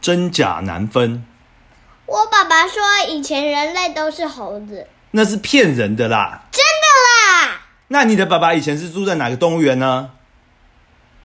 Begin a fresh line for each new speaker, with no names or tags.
真假难分，
我爸爸说以前人类都是猴子，
那是骗人的啦。
真的啦。
那你的爸爸以前是住在哪个动物园呢？